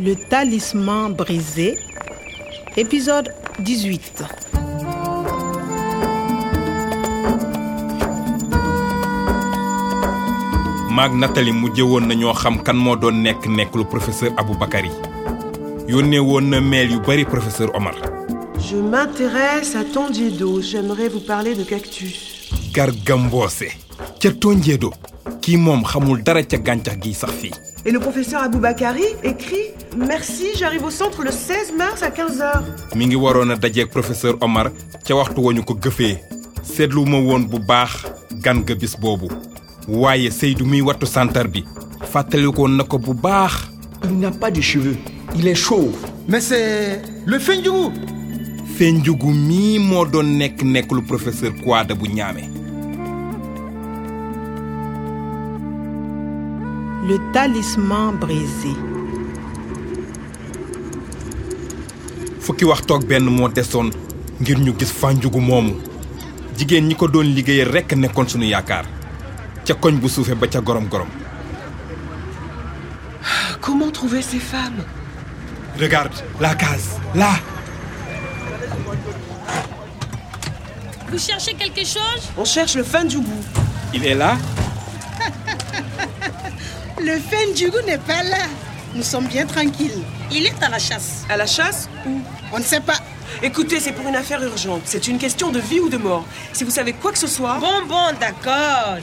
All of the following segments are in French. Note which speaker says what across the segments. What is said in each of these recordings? Speaker 1: Le talisman brisé, épisode 18.
Speaker 2: maag Nathalie mujje woon na ñoo xam kan moo doon nekk nekk lu professeur Aboubakar yi yónnee woon na mail yu bari professeur Omar
Speaker 3: Je m'intéresse à Tandiedo. J'aimerais vous parler de cactus.
Speaker 2: gargamboose ca tonjeedo kii moom xamul dara ca gàncax gi sax fii
Speaker 3: Et le professeur Aboubakari écrit Merci, j'arrive au centre le 16 mars à 15h.
Speaker 2: mi ngi waroon a dajeeg professeur Omar ca waxtu wa ñu ko gëfee seetlu ma woon bu baax gan ga bis boobu waaye Seydou miy wattu santar bi fàttalikoon na ko bu baax
Speaker 4: Il n'a pas de cheveux. Il est chauve.
Speaker 5: Mais c'est le fin du goût.
Speaker 2: fenjugu mii moo doon nekk nekk lu professeur Kouada bu ñaame
Speaker 1: Le talisman brisé.
Speaker 2: fukki wax toog benn moo desoon ngir ñu gis fànjugu moomu jigéen ñi ko doon liggéey rekk nekkoon sunu yaakaar ca koñ bu suufe ba ca gorom gorom
Speaker 3: Comment trouver ces femmes
Speaker 2: regarde la case là
Speaker 6: Vous cherchez quelque chose
Speaker 3: On cherche le fin du goût.
Speaker 2: il est là
Speaker 7: Le Fendjougou n'est pas là. Nous sommes bien tranquilles. Il est à la chasse.
Speaker 3: À la chasse
Speaker 7: On ne sait pas.
Speaker 3: Écoutez, c'est pour une affaire urgente. C'est une question de vie ou de mort. Si vous savez quoi que ce soit.
Speaker 6: Bon, bon, d'accord.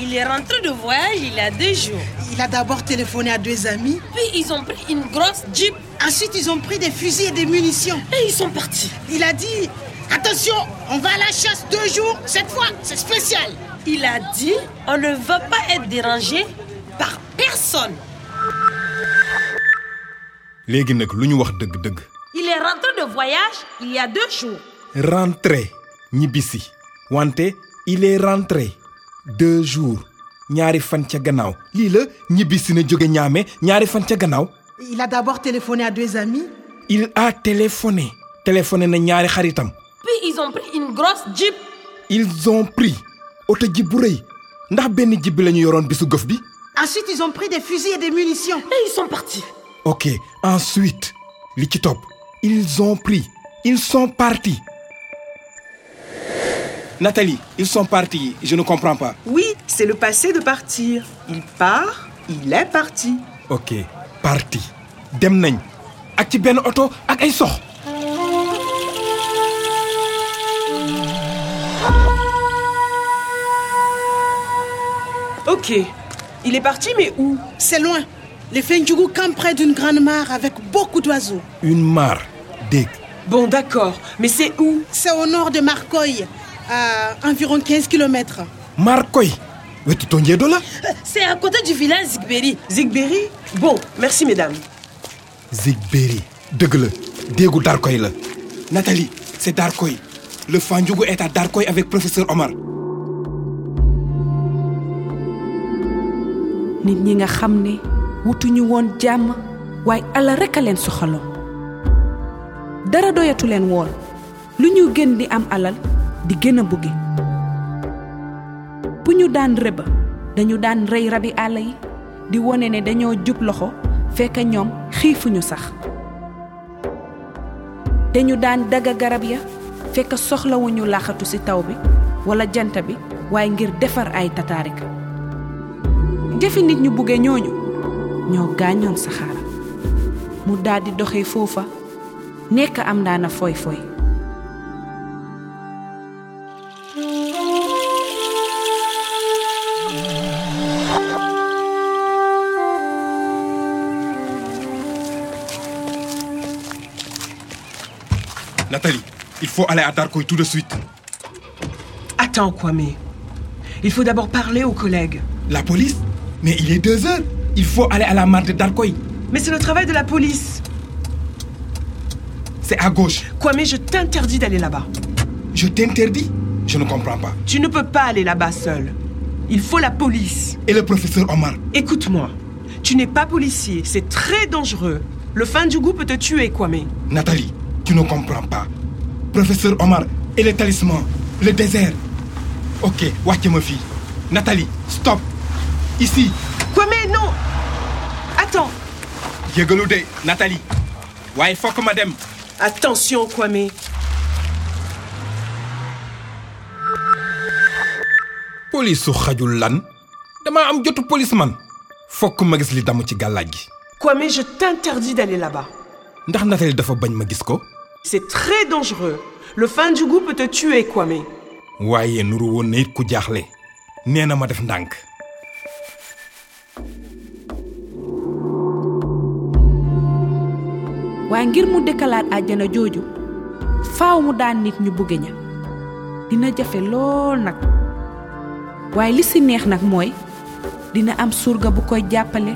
Speaker 6: Il est rentré de voyage il y a deux jours.
Speaker 7: Il a d'abord téléphoné à deux amis.
Speaker 6: Puis ils ont pris une grosse jeep
Speaker 7: Ensuite, ils ont pris des fusils et des munitions.
Speaker 6: et ils sont partis.
Speaker 7: Il a dit Attention, on va à la chasse deux jours. Cette fois, c'est spécial.
Speaker 6: Il a dit on ne veut pas être dérangé par personne.
Speaker 2: léegi nag lu ñu wax dëgg dëgg
Speaker 6: Il est rentré de voyage il y a deux jours.
Speaker 2: rentré ñibbisi wante il est rentré deux jours ñaari fan ca gannaaw lii la ñibbisi na jóge ñaame ñaari fan ca gannaaw
Speaker 7: Il a d'abord téléphoné à deux amis.
Speaker 2: il a téléphoné téléphoné na ñaari xaritam
Speaker 6: Puis ils ont pris une grosse jeep.
Speaker 2: ils ont pris oto ji bu rëy ndax benn ji bi la ñu yoroon bisu gëf bi
Speaker 7: Ensuite, ils ont pris des fusils et des munitions.
Speaker 6: Et ils sont partis.
Speaker 2: ok ensuite li ci topp ils ont pris ils sont partis Nathalie ils sont partis je ne comprends pas
Speaker 3: Oui, c'est le passé de partir. Il part, il est parti.
Speaker 2: ok parti dem nañ ak ci benn oto ak ay sox
Speaker 3: Ok. Il est parti, mais où
Speaker 7: C'est loin. Le Fendjougou campe près d'une grande mare avec beaucoup d'oiseaux.
Speaker 2: une mare dégg
Speaker 3: Bon, d'accord. Mais c'est où
Speaker 7: C'est au nord de Marcoy, à environ 15 km.
Speaker 2: maar koy wetu tonjeedo la
Speaker 6: C'est à côté du village Zigberi.
Speaker 3: Zigberry Bon, merci, mesdames.
Speaker 2: Zigberi dëgg la déggu Darkoy la Nathalie c'est Darkoy le Fandjougou est à Darkoy avec professeur Omar
Speaker 8: nit ñi nga xam ne wutuñu woon jàmm waaye ala rek a leen soxaloon dara doyatu leen woon lu ñu gën di am alal di gën a bugge bu ñu daan rëba dañu daan rey rabi àll yi di wone ne dañoo jub loxo fekk ñoom xiifuñu sax dañu daan daga garab ya fekk soxlawuñu laxatu ci taw bi wala jant bi waaye ngir defar ay tataarika jëfi nit ñu buggee ñooñu ñoo gaañoon saxaara mu daal di doxee foofa nekk am daana foy foy
Speaker 2: Nathalie il faut aller à Darkoy tout de suite
Speaker 3: Attends, Kwame. Il faut d'abord parler aux collègues.
Speaker 2: La police Mais il est deux heures Il faut aller à la mare de Darkoy.
Speaker 3: Mais c'est le travail de la police.
Speaker 2: C'est à gauche.
Speaker 3: Kwame, je t'interdis d'aller là-bas.
Speaker 2: Je t'interdis Je ne comprends pas.
Speaker 3: Tu ne peux pas aller là-bas seul. Il faut la police.
Speaker 2: Et le professeur Omar
Speaker 3: Écoute-moi. Tu n'es pas policier. C'est très dangereux. Le fin du goût peut te tuer, Kwame.
Speaker 2: Nathalie, tu ne comprends pas. Professeur Omar et le talisman, le désert. Ok, watch ma fille. Nathalie, stop Ici
Speaker 3: Kwame, non Attends.
Speaker 2: yëgalu de Nathalie waaye fokk ma dem
Speaker 3: Attention, Kwame.
Speaker 2: police su xajul lan dama am jotu police man fokk ma gis li damu ci gàllaaj gi
Speaker 3: Kwame, je t'interdis d'aller là-bas.
Speaker 2: ndax Nathalie dafa bañ ma gis ko
Speaker 3: C'est très dangereux. Le fin du goût peut te tuer, Kwame.
Speaker 2: waaye nuru woon na it ku jaaxle nee na ma def ndànk
Speaker 8: waaye ngir mu dëkkalaat àjjana jooju faaw mu daan nit ñu bugge ña dina jafe lool nag waaye li si neex nag mooy dina am surga bu koy jàppale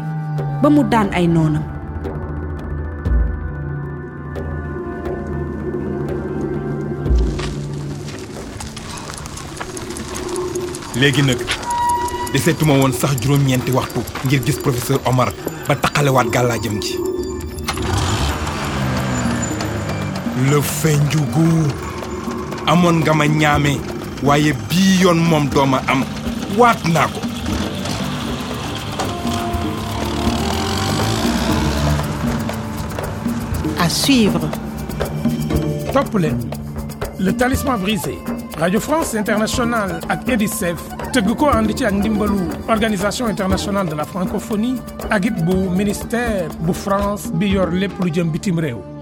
Speaker 8: ba mu daan ay noonam
Speaker 2: léegi nag deseetuma woon sax juróom-ñeenti waxtu ngir gis professeur Omar ba taqalewaat gàllaajam ji le fenjugu amoon nga ma ñaame waaye bii yoon moom dooma am waat naa ko
Speaker 1: À suivre.
Speaker 9: Top leen le talisman brisé radio france internationale ak edicef tëgg ko ànd ci ak ndimbalu organisation internationale de la francophonie ak it bu ministère bu france bi yor lépp lu jëm bitim réew